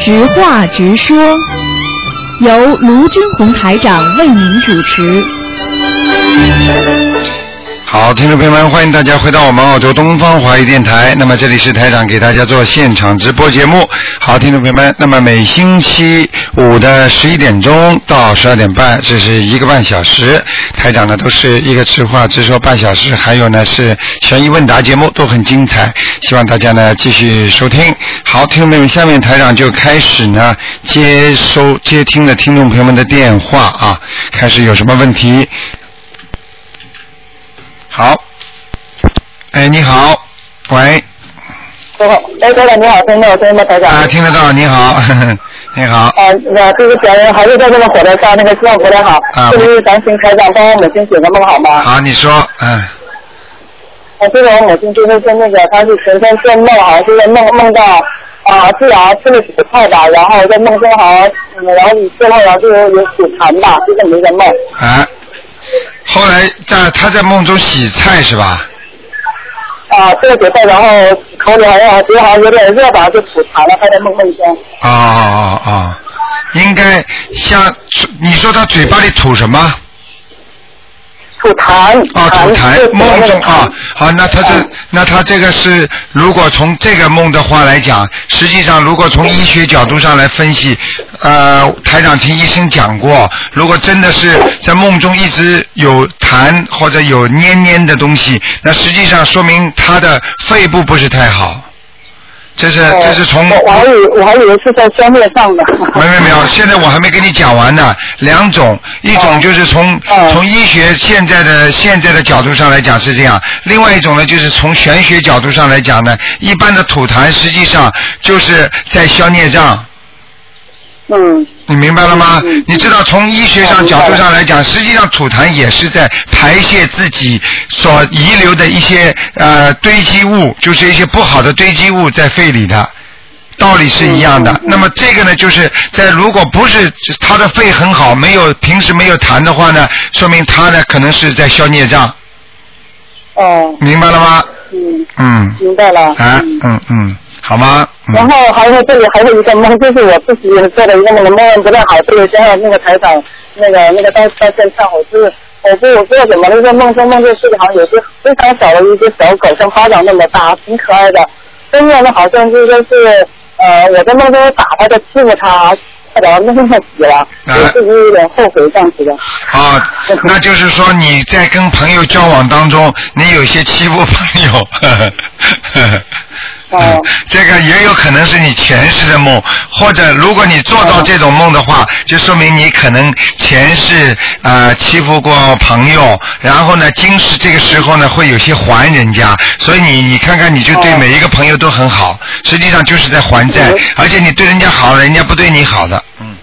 直话直说，由卢军红台长为您主持。好，听众朋友们，欢迎大家回到我们澳洲东方华语电台。那么这里是台长给大家做现场直播节目。好，听众朋友们，那么每星期五的十一点钟到十二点半，这是一个半小时。台长呢都是一个直话直说半小时，还有呢是悬疑问答节目都很精彩，希望大家呢继续收听。好，听众朋友们，下面台长就开始呢接收接听的听众朋友们的电话啊，开始有什么问题好，哎，你好，喂，哎，台长你好，听得到我声音吗？台长。啊，听得到，你好， 你好，啊，那这个小人还是在这个火车上，那个希望不太好。啊这不是咱请台长帮我母亲解个梦好吗？好，你说，嗯，我这个我母亲就是说那个，她是全身做梦，好像是梦梦到啊，自然吃了韭菜吧，然后在梦中好像，嗯然后你最后然后就有有吐痰吧，就这么一个梦。啊，后来在他在梦中洗菜是吧？啊，吃了韭菜，然后口里好像觉得好像有点热吧，就吐痰了，她在梦梦中。哦哦哦，应该像你说他嘴巴里吐什么？吐痰，啊，吐就是痰，那个梦中啊痰，好，那他是嗯，那他这个是，如果从这个梦的话来讲，实际上如果从医学角度上来分析，呃，台长听医生讲过，如果真的是在梦中一直有痰或者有黏黏的东西，那实际上说明他的肺部不是太好，这是呃这是从哦我我还以为我还以为是在消灭上的。没有没有，现在我还没跟你讲完呢。两种，一种就是从、哦哦从医学现在的现在的角度上来讲是这样，另外一种呢就是从玄学角度上来讲呢，一般的吐痰实际上就是在消孽障。 嗯，你明白了吗？嗯嗯你知道从医学上哦明角白度了上来讲，实际上吐痰也是在排泄自己所遗留的一些呃堆积物，就是一些不好的堆积物在肺里的。道理是一样的。嗯嗯嗯那么这个呢，就是在如果不是他的肺很好，没有平时没有痰的话呢，说明他呢可能是在消孽障，哦，明白了吗？嗯，嗯，明白了。啊嗯，嗯嗯，好吗？嗯然后还有这里还有一个梦，就是我自己做的一个那个梦不太好，这个想想那个台长，那个那个在在线上，我是我不我不知道怎么了，就梦中梦见世界好像有只非常小的一只小狗，像巴掌那么大，挺可爱的。真正的好像是就是呃，我在梦中打它，就欺负它，差点弄死了，我自己有点后悔这样子的。哦啊，那就是说你在跟朋友交往当中，你有些欺负朋友。哦嗯， 这个也有可能是你前世的梦，或者如果你做哦到这种梦的话，就说明你可能前世呃欺负过朋友，然后呢，今世这个时候呢会有些还人家，所以你你看看你就对哦每一个朋友都很好，实际上就是在还债嗯，而且你对人家好，人家不对你好的，嗯。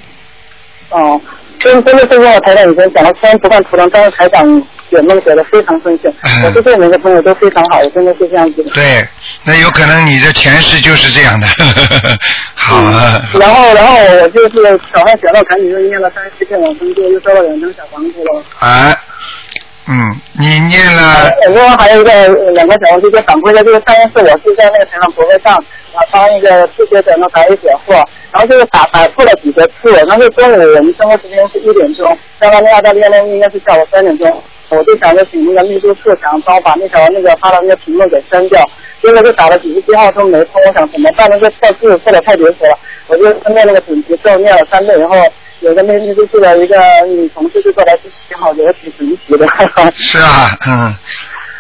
哦，真真的是跟我台长以前讲的，虽然不看图腾，但是台长解梦解的非常顺顺嗯，我对这每个朋友都非常好，我真的是这样子的。对，那有可能你的前世就是这样的。 好啊，嗯然后，然后我就是早上起来赶紧就念了三十七遍往生咒，又烧了两张小房子了。啊，嗯，你念了我另外还有一个呃两个小房子，就反馈一下，这个上一次我是在那个台上博会上啊帮一个自学者呢答疑解惑，然后就是打打错了几个字，然后是中午我们生活时间是一点钟，刚刚那澳大利亚那边应该是下午三点钟，我就想着请那个秘书处长帮我把那条那个发的那个屏幕给删掉，结果就打了几次电话都没通，我想怎么办呢？这错字错的太离谱了，我就念那个准提咒念了三遍以后。有个那秘书处的一个女同事就过来咨询我，觉得挺神奇的。是啊，嗯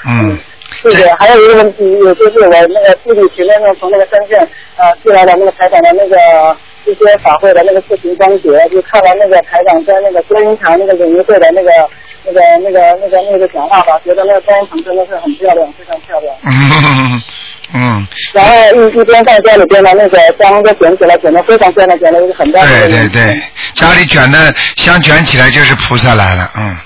嗯，对对，还有一个问题，也就是我那个弟弟前面呢，从那个深圳呃寄来的那个台长的那个一些法会的那个视频章节，就看完那个台长在那个观音堂那个联谊会的那个那个那个那个那个讲话吧，觉得那个观音堂真的是很漂亮，非常漂亮。嗯嗯，然后一一边在家里边的那个香就卷起来，卷的非常漂亮，卷的一个很大的一对个对对，家里卷的香卷起来就是菩萨来了，嗯。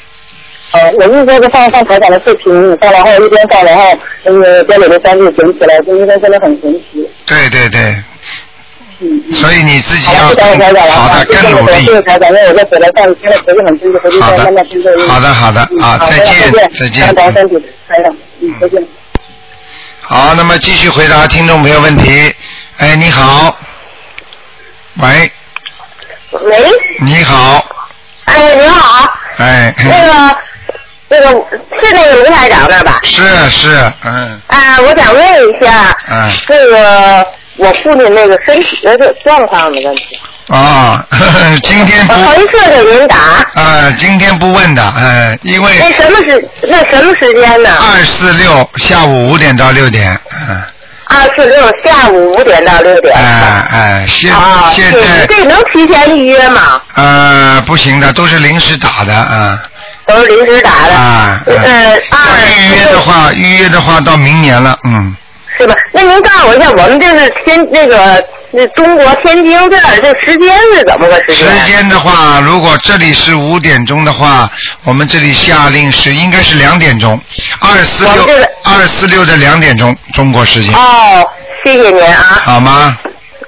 呃，我一边就放放台长的视频，放然后一边放，然后呃家里的香就卷起来，这一边真的很神奇。对对对，嗯嗯。所以你自己好要了，不耽误台长了好啊的，谢谢更你努们力谢。谢台长，因为我在北来上听了不是很清楚，回去好再的慢慢听这个音好的好的嗯啊好的再见再再见见，台长身体，台长，嗯，再见。好，那么继续回答听众朋友问题。哎，你好，喂，喂，你好，哎，您好， 哎，那个那个是那个卢台长那儿吧？是是，嗯啊，我想问一下，嗯这个我父亲那个身体的状况的问题，啊， 呵呵今天我不头一次给您打，啊，今天不问的，嗯，因那为什么时那什么时间呢？二四六下午五点到六点，嗯，二四六下午五点到六点。哎哎，现啊，现对，在这能提前预约吗？呃不行的，都是临时打的啊都是临时打的。啊，呃，嗯二预约的话，预约的话到明年了，嗯，是吧？那您告诉我一下，我们这是天那个那中国天津这儿这时间是怎么个时时间？间的话，如果这里是五点钟的话，我们这里下令是应该是两点钟，二四我六们这个二四六的两点钟中国时间，哦，谢谢您啊。好吗？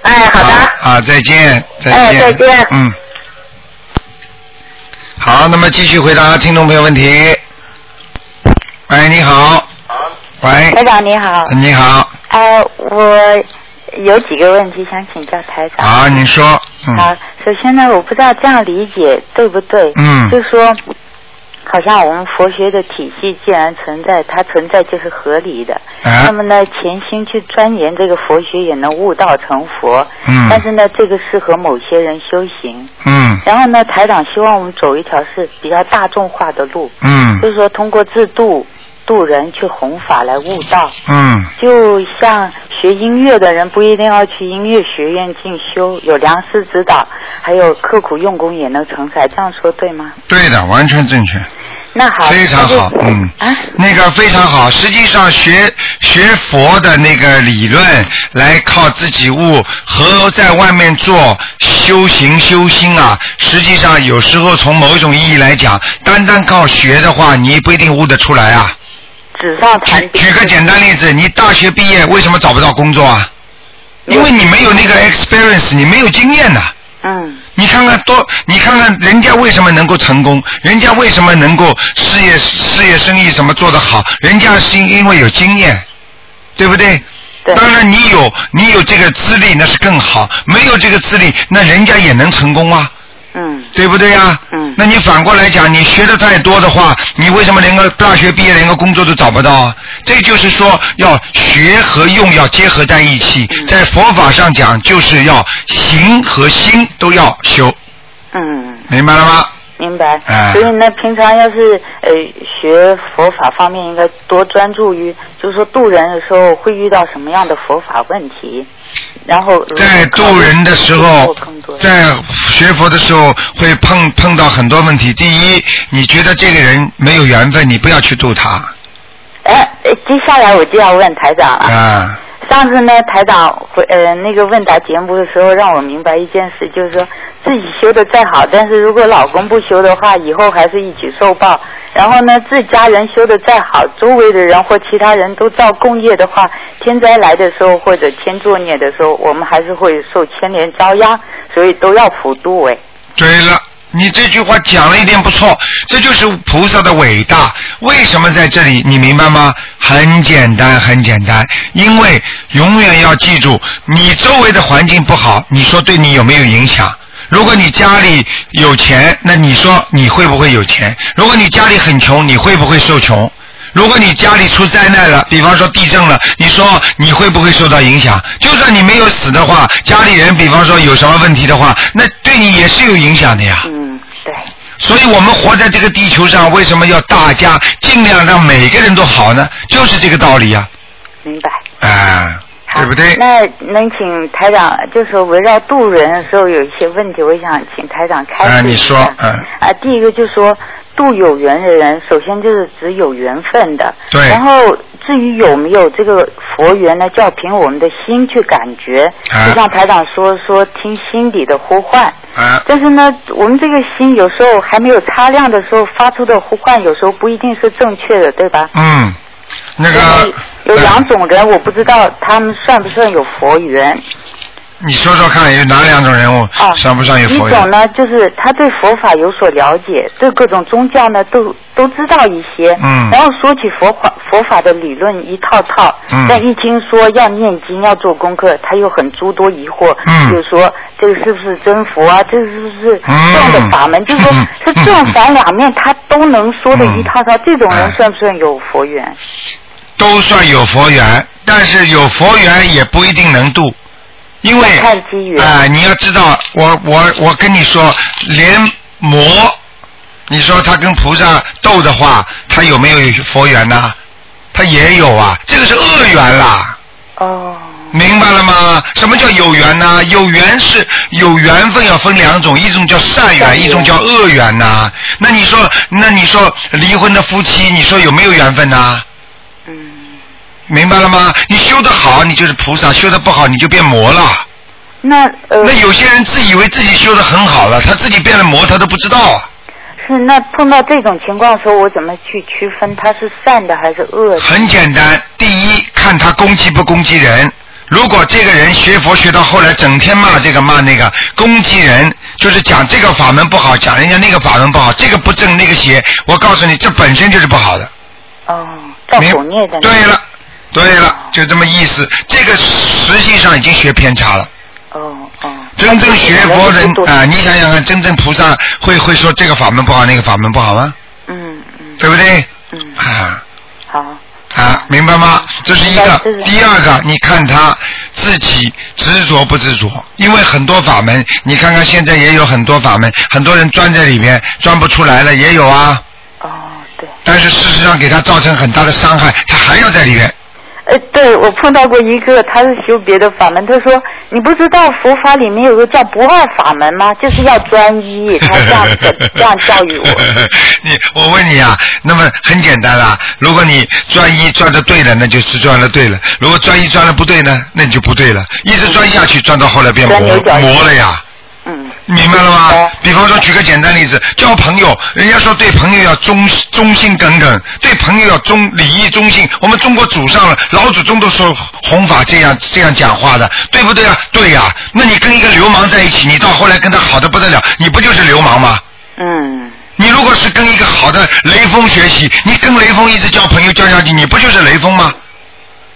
哎，好的。啊，再见，再见，哎再见嗯。好，那么继续回答听众朋友问题。喂，你好。喂，台长你好，你好。呃，我有几个问题想请教台长。好，啊你说。好嗯。首先呢，我不知道这样理解对不对，嗯就说好像我们佛学的体系既然存在，它存在就是合理的。那啊。么呢，潜心去钻研这个佛学，也能悟道成佛。嗯但是呢，这个适合某些人修行。嗯然后呢，台长希望我们走一条是比较大众化的路，就嗯是说通过自度度人去弘法来悟道。嗯就像学音乐的人不一定要去音乐学院进修，有良师指导，还有刻苦用功也能成才，这样说对吗？对的，完全正确，那好，非常好那就嗯啊，那个非常好。实际上学学佛的那个理论，来靠自己悟和在外面做修行修心啊，实际上有时候从某一种意义来讲，单单靠学的话，你不一定悟得出来啊。纸上谈举兵。举个简单例子，你大学毕业为什么找不到工作啊？因为你没有那个 experience，你没有经验的、嗯你看看多，你看看人家为什么能够成功，人家为什么能够事业事业生意什么做得好，人家是因为有经验，对不对？对当然，你有你有这个资历那是更好，没有这个资历，那人家也能成功啊，嗯对不对啊？嗯那你反过来讲，你学的再多的话，你为什么连个大学毕业连个工作都找不到啊？这就是说，要学和用要结合在一起，嗯在佛法上讲，就是要行和心都要修。嗯，明白了吗？明白。哎所以呢，平常要是呃学佛法方面，应该多专注于，就是说渡人的时候会遇到什么样的佛法问题，然后如何在考渡虑人的时候更多，的在学佛的时候会碰碰到很多问题。第一，你觉得这个人没有缘分，你不要去渡他哎，哎接下来我就要问台长了。啊。上次呢，台长回呃那个问答节目的时候，让我明白一件事，就是说自己修的再好，但是如果老公不修的话，以后还是一起受报。然后呢，自家人修的再好，周围的人或其他人都造共业的话，天灾来的时候或者天作孽的时候，我们还是会受牵连遭殃，所以都要普度哎。对了，你这句话讲了一点不错，这就是菩萨的伟大。为什么在这里？你明白吗？很简单，很简单，因为永远要记住，你周围的环境不好，你说对你有没有影响？如果你家里有钱，那你说你会不会有钱？如果你家里很穷，你会不会受穷？如果你家里出灾难了，比方说地震了，你说你会不会受到影响？就算你没有死的话，家里人比方说有什么问题的话，那对你也是有影响的呀。嗯，对，所以我们活在这个地球上，为什么要大家尽量让每个人都好呢？就是这个道理呀、明白。啊，好对不对？那能请台长，就是围绕渡人的时候有一些问题，我想请台长开啊始一下。你说嗯啊，第一个就说渡有缘的人，首先就是指有缘分的。对然后至于有没有这个佛缘呢，就要凭我们的心去感觉。啊就像台长说说，听心底的呼唤。啊，但是呢，我们这个心有时候还没有擦亮的时候发出的呼唤，有时候不一定是正确的，对吧？嗯，那所个嗯以有两种人，我不知道他们算不算有佛缘。啊你说说看，有哪两种人物哦，上不上有一佛种缘？呢，就是他对佛法有所了解，对各种宗教呢都都知道一些。嗯然后说起佛法佛法的理论一套套，嗯但一听说要念经要做功课，他又很诸多疑惑，嗯就说这个是不是真佛啊？这是不是嗯这样的法门？就说嗯他正反两面他都能说的一套套，这种哎人算不算有佛缘？都算有佛缘，但是有佛缘也不一定能度，因为要看机缘啊、你要知道，我我我跟你说，连魔，你说他跟菩萨斗的话，他有没有佛缘呐、他也有啊，这个是恶缘啦。哦，明白了吗？什么叫有缘呢、有缘是有缘分，要分两种，一种叫善善缘，缘一种叫恶缘呐、那你说，那你说离婚的夫妻，你说有没有缘分呐、嗯，明白了吗？你修得好，你就是菩萨；修得不好，你就变魔了。那呃那有些人自以为自己修得很好了，他自己变了魔，他都不知道啊。是那碰到这种情况的时候，我怎么去区分他是善的还是恶的？很简单，第一看他攻击不攻击人。如果这个人学佛学到后来，整天骂这个骂那个，攻击人，就是讲这个法门不好，讲人家那个法门不好，这个不正那个邪，我告诉你，这本身就是不好的。哦，造明口孽的。对。了，对了，就这么意思。这个实际上已经学偏差了。哦哦。真正学佛人那就是啊、你想想看，真正菩萨会会说这个法门不好，那个法门不好吗？嗯嗯对不对？嗯，啊好。啊，明白吗？这是一明个白这是。第二个，你看他自己执着不执着？因为很多法门，你看看现在也有很多法门，很多人钻在里面钻不出来了，也有啊。哦，对。但是事实上给他造成很大的伤害，他还要在里面。呃，对，我碰到过一个，他是修别的法门，他说你不知道佛法里面有个叫不二法门吗？就是要专一，他这样子这样教育我。。 你，我问你啊，那么很简单啦、如果你专一转的对了，那就是转的对了；如果专一转的不对呢，那你就不对了。一直转下去，转到后来变魔钻牛角尖魔了呀，嗯明白了吗哦？比方说，举个简单例子，交朋友，人家说对朋友要忠忠心耿耿，对朋友要忠礼义忠信。我们中国祖上了，老祖宗都说弘法这样这样讲话的，对不对啊？对呀、那你跟一个流氓在一起，你到后来跟他好的不得了，你不就是流氓吗？嗯，你如果是跟一个好的雷锋学习，你跟雷锋一直交朋友交下去，你不就是雷锋吗？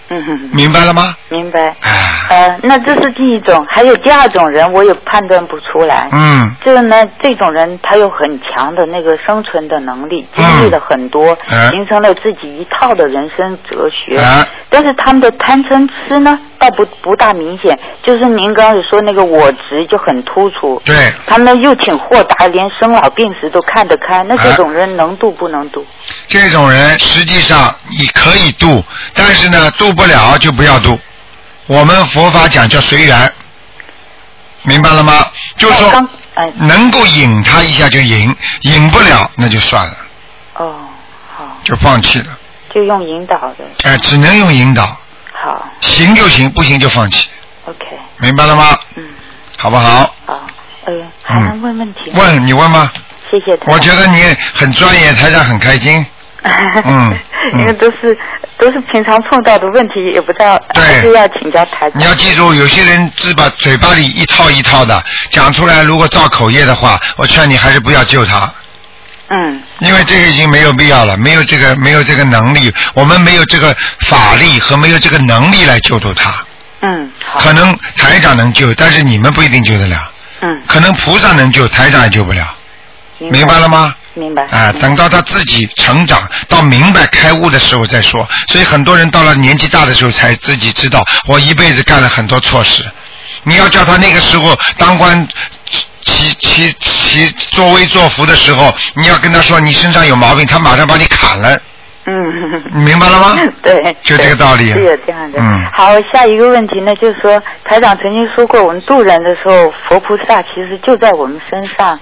嗯哼，明白了吗？明白。哎，呃，那这是第一种，还有第二种人，我也判断不出来。嗯，就是呢，这种人他有很强的那个生存的能力，嗯经历了很多，哎形成了自己一套的人生哲学。哎但是他们的贪嗔痴呢，倒不不大明显，就是您刚才说那个我执就很突出。对，他们又挺豁达，连生老病死都看得开。那哎这种人能度不能度？这种人实际上你可以度，但是呢，度不了就不要度。我们佛法讲叫随缘，明白了吗？就那说刚哎能够引他一下就引，引不了那就算了，哦，好，就放弃了。就用引导的，哎，只能用引导，好行就行，不行就放弃， ，OK，明白了吗？嗯，好不好？好，呃，还能问问题吗？嗯问你问吗？谢谢他。我觉得你很专业，台长很开心。 嗯嗯因为都是都是平常碰到的问题，也不知道对还是要请教台你长要。记住，有些人只把嘴巴里一套一套的讲出来，如果造口业的话，我劝你还是不要救他，嗯因为这个已经没有必要了，没有这个没有这个能力，我们没有这个法力和没有这个能力来救助他。嗯，好，可能台长能救，但是你们不一定救得了，嗯，可能菩萨能救，台长也救不了，明白了吗？明白。嗯啊，明白等到他自己成长到明白开悟的时候再说。所以很多人到了年纪大的时候才自己知道，我一辈子干了很多错事。你要叫他那个时候当官其其其作威作福的时候，你要跟他说你身上有毛病，他马上把你砍了，嗯。你明白了吗？ 对，啊就这个道理对是有这样的。嗯好，下一个问题呢，就是说，台长曾经说过，我们渡人的时候，佛菩萨其实就在我们身上。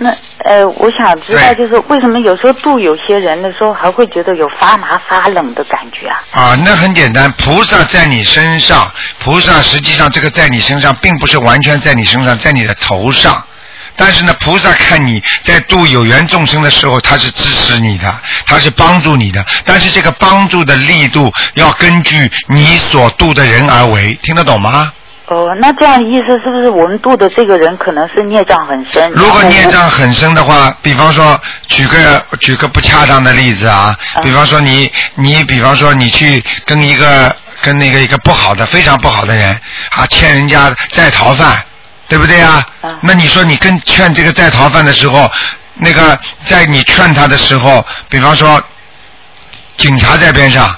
那呃，我想知道，对就是为什么有时候渡有些人的时候，还会觉得有发麻发冷的感觉啊？啊，那很简单，菩萨在你身上，菩萨实际上这个在你身上，并不是完全在你身上，在你的头上。但是呢，菩萨看你在度有缘众生的时候，他是支持你的，他是帮助你的。但是这个帮助的力度要根据你所度的人而为，听得懂吗？哦，那这样意思是不是我们度的这个人可能是孽障很深？如果孽障很深的话，比方说举个举个不恰当的例子啊，比方说你你比方说你去跟一个跟那个一个不好的非常不好的人啊，欠人家债逃犯，对不对啊？那你说你跟劝这个债逃犯的时候，那个在你劝他的时候，比方说警察在边上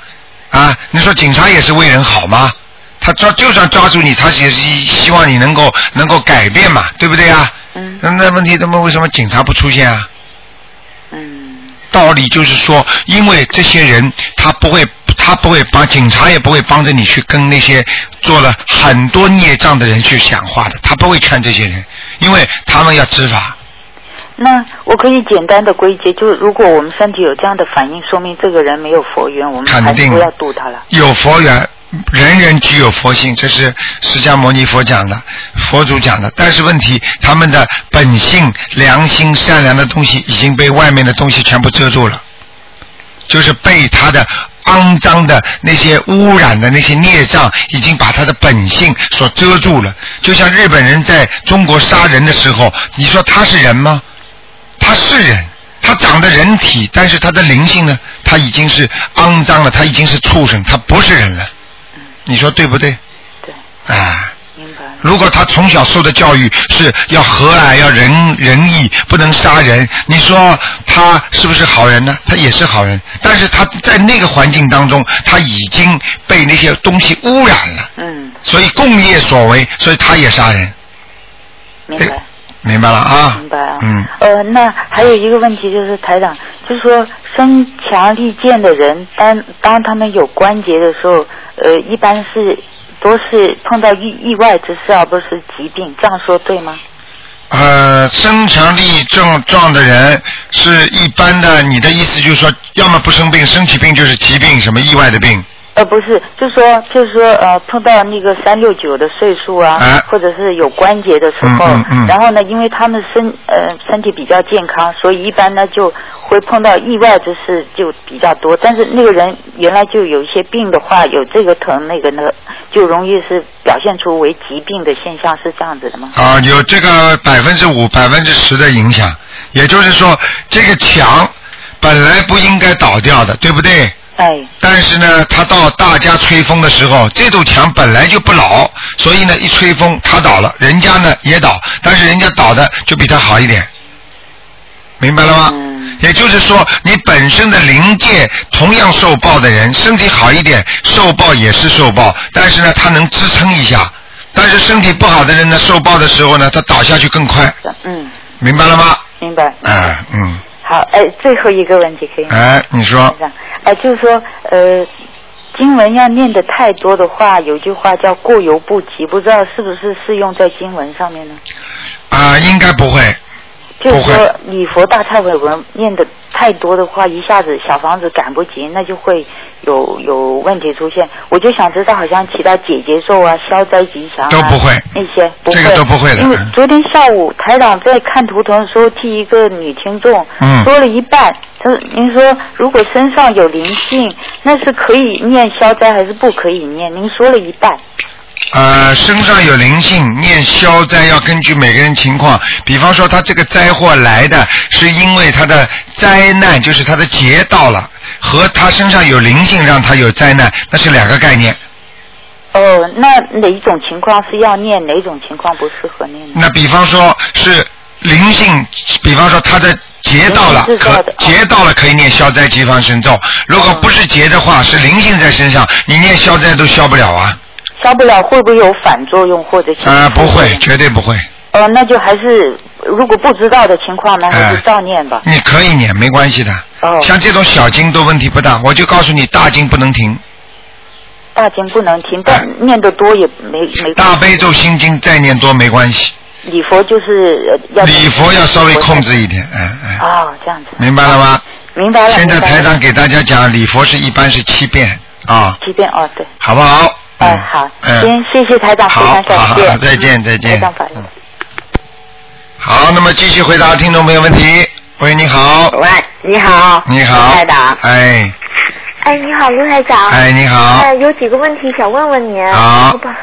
啊，你说警察也是为人好吗？他抓就算抓住你，他也是希望你能够能够改变嘛，对不对啊？嗯。那那问题他们为什么警察不出现啊？嗯。道理就是说，因为这些人他不会，他不会帮警察也不会帮着你去跟那些做了很多孽障的人去讲话的，他不会劝这些人，因为他们要执法。那我可以简单的归结，就是如果我们身体有这样的反应，说明这个人没有佛缘，我们肯还是定不要度他了。有佛缘，人人具有佛性，这是释迦牟尼佛讲的，佛祖讲的。但是问题，他们的本性、良心、善良的东西已经被外面的东西全部遮住了，就是被他的肮脏的那些污染的那些孽障，已经把他的本性所遮住了。就像日本人在中国杀人的时候，你说他是人吗？他是人，他长得人体，但是他的灵性呢，他已经是肮脏了，他已经是畜生，他不是人了。你说对不对？对。啊。如果他从小受的教育是要和蔼、要仁仁义，不能杀人，你说他是不是好人呢？他也是好人，但是他在那个环境当中，他已经被那些东西污染了。嗯。所以共业所为，所以他也杀人，明白。明白了啊？明白啊。嗯。呃，那还有一个问题就是台长，就是说身强力健的人，当当他们有关节的时候，呃，一般是都是碰到意意外之事，而不是疾病，这样说对吗？呃，身强力症状的人是一般的，你的意思就是说，要么不生病，生起病就是疾病，什么意外的病。呃，不是，就是说，就是说，呃，碰到那个三六九的岁数啊，或者是有关节的时候，哎嗯嗯嗯然后呢，因为他们身呃身体比较健康，所以一般呢就会碰到意外之事就比较多。但是那个人原来就有一些病的话，有这个疼那个那个，就容易是表现出为疾病的现象，是这样子的吗？啊、有这个百分之五、百分之十的影响，也就是说，这个墙本来不应该倒掉的，对不对？哎。但是呢，它到大家吹风的时候，这堵墙本来就不牢，所以呢，一吹风它倒了，人家呢也倒，但是人家倒的就比它好一点，明白了吗？也就是说，你本身的灵界同样受报的人，身体好一点，受报也是受报，但是呢，他能支撑一下。但是身体不好的人呢，受报的时候呢，他倒下去更快，嗯，明白了吗？明白。哎，嗯，好，哎，最后一个问题可以吗？哎，你说，哎，就是说，呃，经文要念的太多的话，有句话叫“过犹不及”，不知道是不是适用在经文上面呢？啊、应该不会，就是说，礼佛大忏悔文念的太多的话，一下子小房子赶不及，那就会有有问题出现。我就想知道，好像其他姐姐咒啊、消灾吉祥啊，都不会那些不会，这个都不会的因为嗯昨天下午台长在看图腾的时候，替一个女听众嗯说了一半，她说您说如果身上有灵性，那是可以念消灾还是不可以念？您说了一半，呃，身上有灵性，念消灾要根据每个人情况。比方说，他这个灾祸来的是因为他的灾难，就是他的劫到了，和他身上有灵性让他有灾难，那是两个概念。哦，那哪一种情况是要念，哪一种情况不适合念？那比方说是灵性，比方说他的劫到了，可劫到了可以念消灾吉方神咒。如果不是劫的话，是灵性在哦身上，你念消灾都消不了啊！消不了会不会有反作用或者？啊、不会，绝对不会。哦，那就还是如果不知道的情况呢，还哎是照念吧。你可以念，没关系的。哦像这种小经都问题不大，我就告诉你，大经不能停，大经不能停，但念得多也没没。哎大悲咒心经再念多没关系。礼佛就是呃要礼佛要稍微控制一点，哎哎，啊，这样子明白了吗？明白了。现在明白了台长给大家讲，礼佛是一般是七遍啊，七遍哦，对，好不好？哎好，嗯先谢谢台长，非好常好感好谢，，再见再台见。嗯长保佑。好，那么继续回答听众朋友问题。喂，你好，喂，你哦好，你好，卢台长。哎，哎，你好，卢台长。哎你好呃，有几个问题想问问您。好好吧。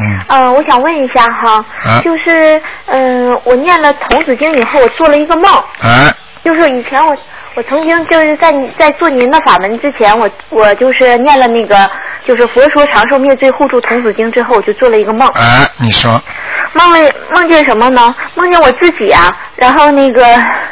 嗯呃，我想问一下哈，啊就是嗯、呃我念了《童子经》以后，我做了一个梦，哎就是以前我我曾经就是在你在做您的法门之前，我我就是念了那个就是佛说长寿灭罪护助童子经之后，我就做了一个梦，哎，你说梦里梦见什么呢？梦见我自己啊，然后那个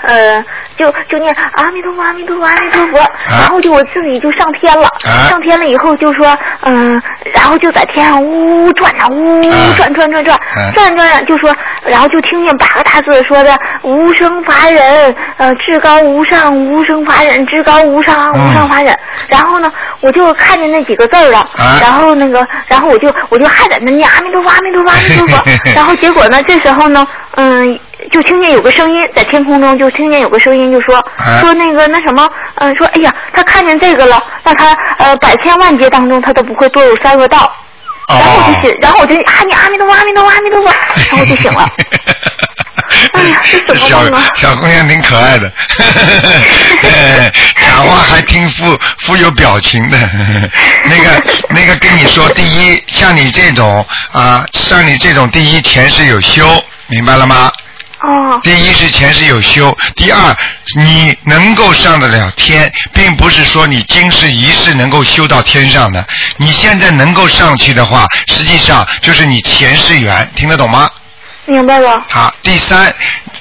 呃，就就念阿弥陀佛，阿弥陀佛，阿弥陀佛，然后就我自己就上天了，啊上天了以后就说嗯、然后就在天上呜呜转啊，呜呜啊转转转转啊转转，就说，然后就听见八个大字说的无生法忍，呃，至高无上，无生法忍，至高无上，嗯无上法忍。然后呢，我就看见那几个字儿了，啊。然后那个，然后我就我就还在那念阿弥陀佛，阿弥陀佛，阿弥陀佛 然后结果呢，这时候呢，嗯，就听见有个声音在天空中，就听见有个声音就说、啊说那个那什么，嗯，说哎呀，他看见这个了，那他呃百千万劫当中他都不会堕入三恶道。然后我就哦醒，，然后我就啊你阿弥陀佛阿弥陀佛阿弥陀佛，然后我就醒 了。哎呀这怎么小办呢小姑娘挺可爱 的，哎讲话还挺富富有表情的。 那个那个跟你说，第一，像你这种啊，像你这种，第一前世有修，明白了吗？哦第一是前世有修，第二你能够上得了天，并不是说你今世一世能够修到天上的。你现在能够上去的话，实际上就是你前世缘，听得懂吗？明白了，啊，第三，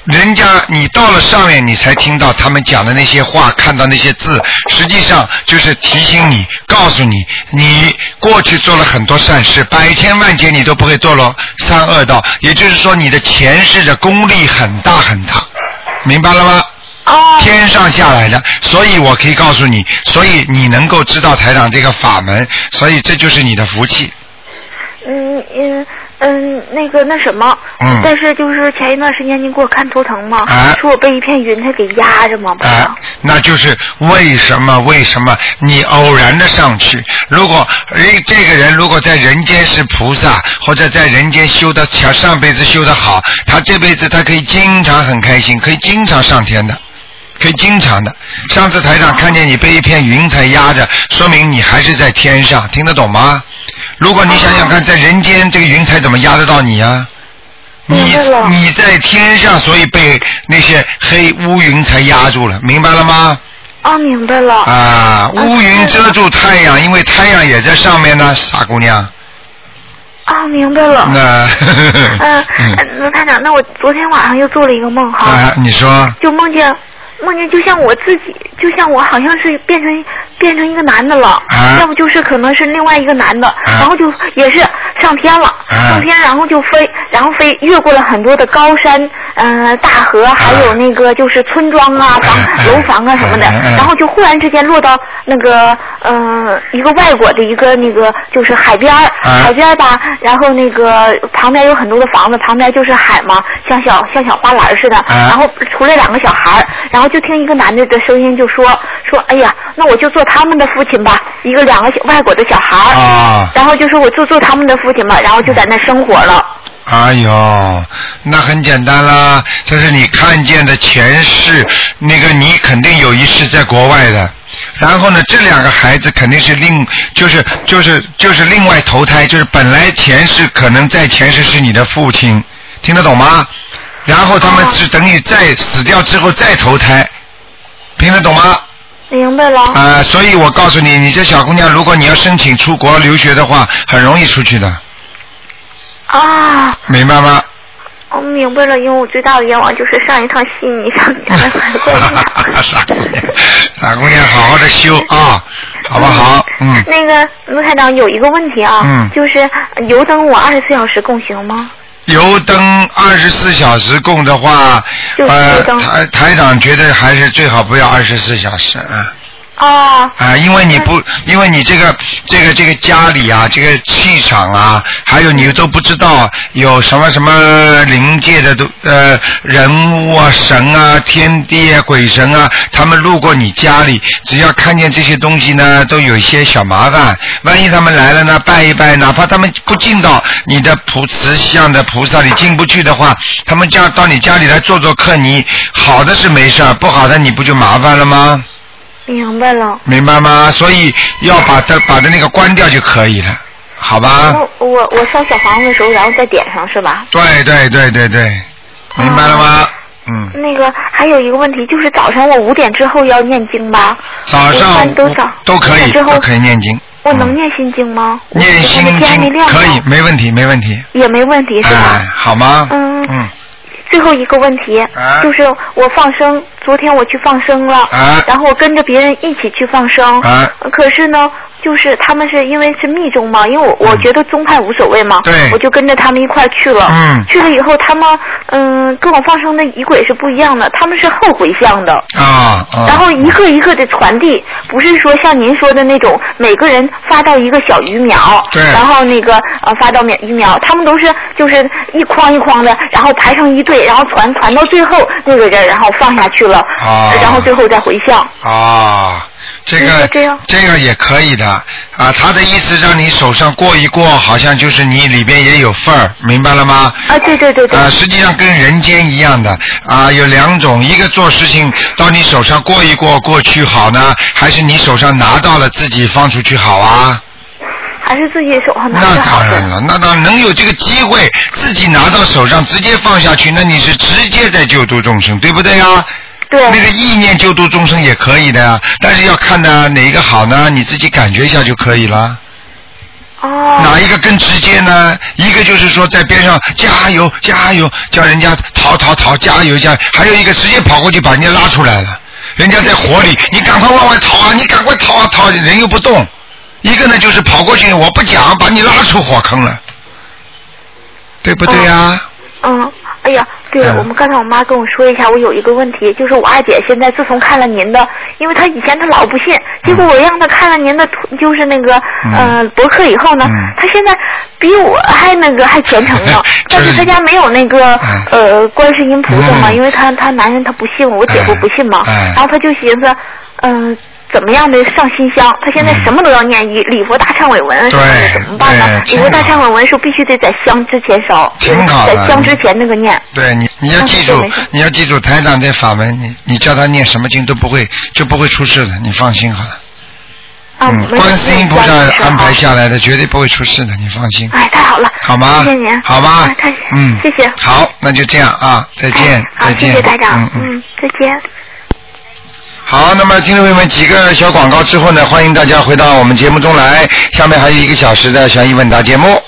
人家你到了上面，你才听到他们讲的那些话，看到那些字，实际上就是提醒你，告诉你，你过去做了很多善事，百千万劫你都不会堕落三恶道，也就是说你的前世的功力很大很大，明白了吗？哦天上下来的，所以我可以告诉你，所以你能够知道台长这个法门，所以这就是你的福气。嗯嗯嗯那个那什么，嗯但是就是前一段时间您给我看头疼嘛，啊说我被一片云彩给压着嘛，不是啊吗？，那就是为什么为什么你偶然的上去？如果诶这个人如果在人间是菩萨，或者在人间修的强，上辈子修的好，他这辈子他可以经常很开心，可以经常上天的。可以经常的，上次台长看见你被一片云彩压着，说明你还是在天上，听得懂吗？如果你想想看，在人间这个云彩怎么压得到你啊呀、你明白了你在天上，所以被那些黑乌云才压住了，明白了吗？哦明白了，啊，乌云遮住太阳，因为太阳也在上面呢，傻姑娘。哦明白了，那，嗯、 嗯，那探长，那我昨天晚上又做了一个梦哈，啊，你说，就梦见梦见就像我自己，就像我好像是变成变成一个男的了，啊要不就是可能是另外一个男的，然后就也是上天了，啊上天然后就飞，然后飞越过了很多的高山，嗯、大河，还有那个就是村庄啊、房啊楼房啊什么的，啊啊啊然后就忽然之间落到那个嗯、呃一个外国的一个那个就是海边儿，啊海边儿吧，然后那个旁边有很多的房子，旁边就是海嘛，像小像小花篮似的，啊然后出来哦两个小孩儿，然后就听一个男的的声音就说说，哎呀，那我就做他们的父亲吧，一个两个小外国的小孩儿，啊，然后就说我就做他们的父亲吧，然后就在那生活了。哎呦，那很简单啦，这是你看见的前世，那个你肯定有一世在国外的。然后呢，这两个孩子肯定是另，就是就是就是另外投胎，就是本来前世可能在前世是你的父亲，听得懂吗？然后他们是等于在死掉之后再投胎，听得懂吗？明白了，啊、所以我告诉你，你这小姑娘，如果你要申请出国留学的话，很容易出去的，啊，明白吗？我、明白了，因为我最大的愿望就是上一趟悉尼，上 一趟国内。傻姑娘，傻姑娘，好好的修 啊，好不好？嗯，那个卢台长有一个问题啊，嗯就是呃油灯我二十四小时供行吗？油灯二十四小时供的话，就是呃油，灯台台长觉得还是最好不要二十四小时啊哦，啊，因为你不，因为你这个这个这个家里啊，这个气场啊，还有你都不知道有什么什么灵界的都呃人物啊、神啊、天地啊、鬼神啊，他们路过你家里，只要看见这些东西呢，都有一些小麻烦。万一他们来了呢，拜一拜，哪怕他们不进到你的菩慈像的菩萨里进不去的话，他们家到你家里来做做客，你好的是没事儿，不好的你不就麻烦了吗？明白了。啊明白吗？所以要把它把它那个关掉就可以了好吧？我我我烧小房子的时候，然后再点上是吧？对对对对对，明白了哦吗？嗯，那个还有一个问题，就是早上我五点之后要念经吧？早我一上般都早都可以那之后都可以念经，我能念心经吗？嗯念心我的天还没经亮呢可以，没问题没问题，也没问题是吧？哎，好吗？嗯嗯最后一个问题、啊就是我放生，昨天我去放生了，啊然后我跟着别人一起去放生，啊，可是呢，就是他们是因为是密宗嘛，因为我我觉得宗派无所谓嘛，嗯对我就跟着他们一块儿去了。嗯去了以后，他们嗯跟我放生的仪轨是不一样的，他们是后回向的，啊啊，然后一个一个的传递，不是说像您说的那种每个人发到一个小鱼苗，对然后那个呃发到苗鱼苗，他们都是就是一筐一筐的，然后排成一队，然后传传到最后那个人，然后放下去了，啊然后最后再回向。啊，这个嗯这样个也可以的啊。他的意思让你手上过一过，好像就是你里边也有份儿，明白了吗？啊，对对对对，啊，实际上跟人间一样的啊，有两种，一个做事情到你手上过一过过去好呢，还是你手上拿到了自己放出去好啊？还是自己手上拿那着好当然的。了，那当然能有这个机会自己拿到手上直接放下去，那你是直接在救度众生，对不对啊？对，那个意念救度众生也可以的呀，但是要看呢哪一个好呢，你自己感觉一下就可以了。哦，哪一个更直接呢？一个就是说在边上加油加油，叫人家逃逃逃加油加油，还有一个直接跑过去把人家拉出来了，人家在火里，你赶快往外逃啊，你赶快逃啊逃，人又不动。一个呢就是跑过去，我不讲，把你拉出火坑了，对不对呀、啊嗯。哎呀，对嗯了，我们刚才我妈跟我说一下，我有一个问题，就是我二姐现在自从看了您的，因为她以前她老不信，结果我让她看了您的图，就是那个嗯呃博客以后呢嗯，，她现在比我还那个还虔诚呢 但是她家没有那个哎呃观世音菩萨嘛，嗯因为她她男人她不信，我姐夫不信嘛，哎哎然后她就寻思，嗯。怎么样的上心香？她现在嗯什么都要念一礼佛大忏悔文，啊什么的对怎么办呢？对礼佛大挺忏好悔文是必须得在香之前烧，挺好的在香之前那个念。对你，你要嗯记对住没事，你要记住台长这法门，你你叫他念什么经都不会，就不会出事的，你放心好了。啊，我嗯，们观世音菩萨安排下。下来的，绝对不会出事的，你放心，啊哎，太好了，好吗？谢谢您，好吧啊太，嗯，谢谢，好，那就这样啊，再见，哎好再见，谢谢台长嗯，嗯。嗯，再见。好，那么听众朋友们，几个小广告之后呢，欢迎大家回到我们节目中来，下面还有一个小时的悬疑问答节目。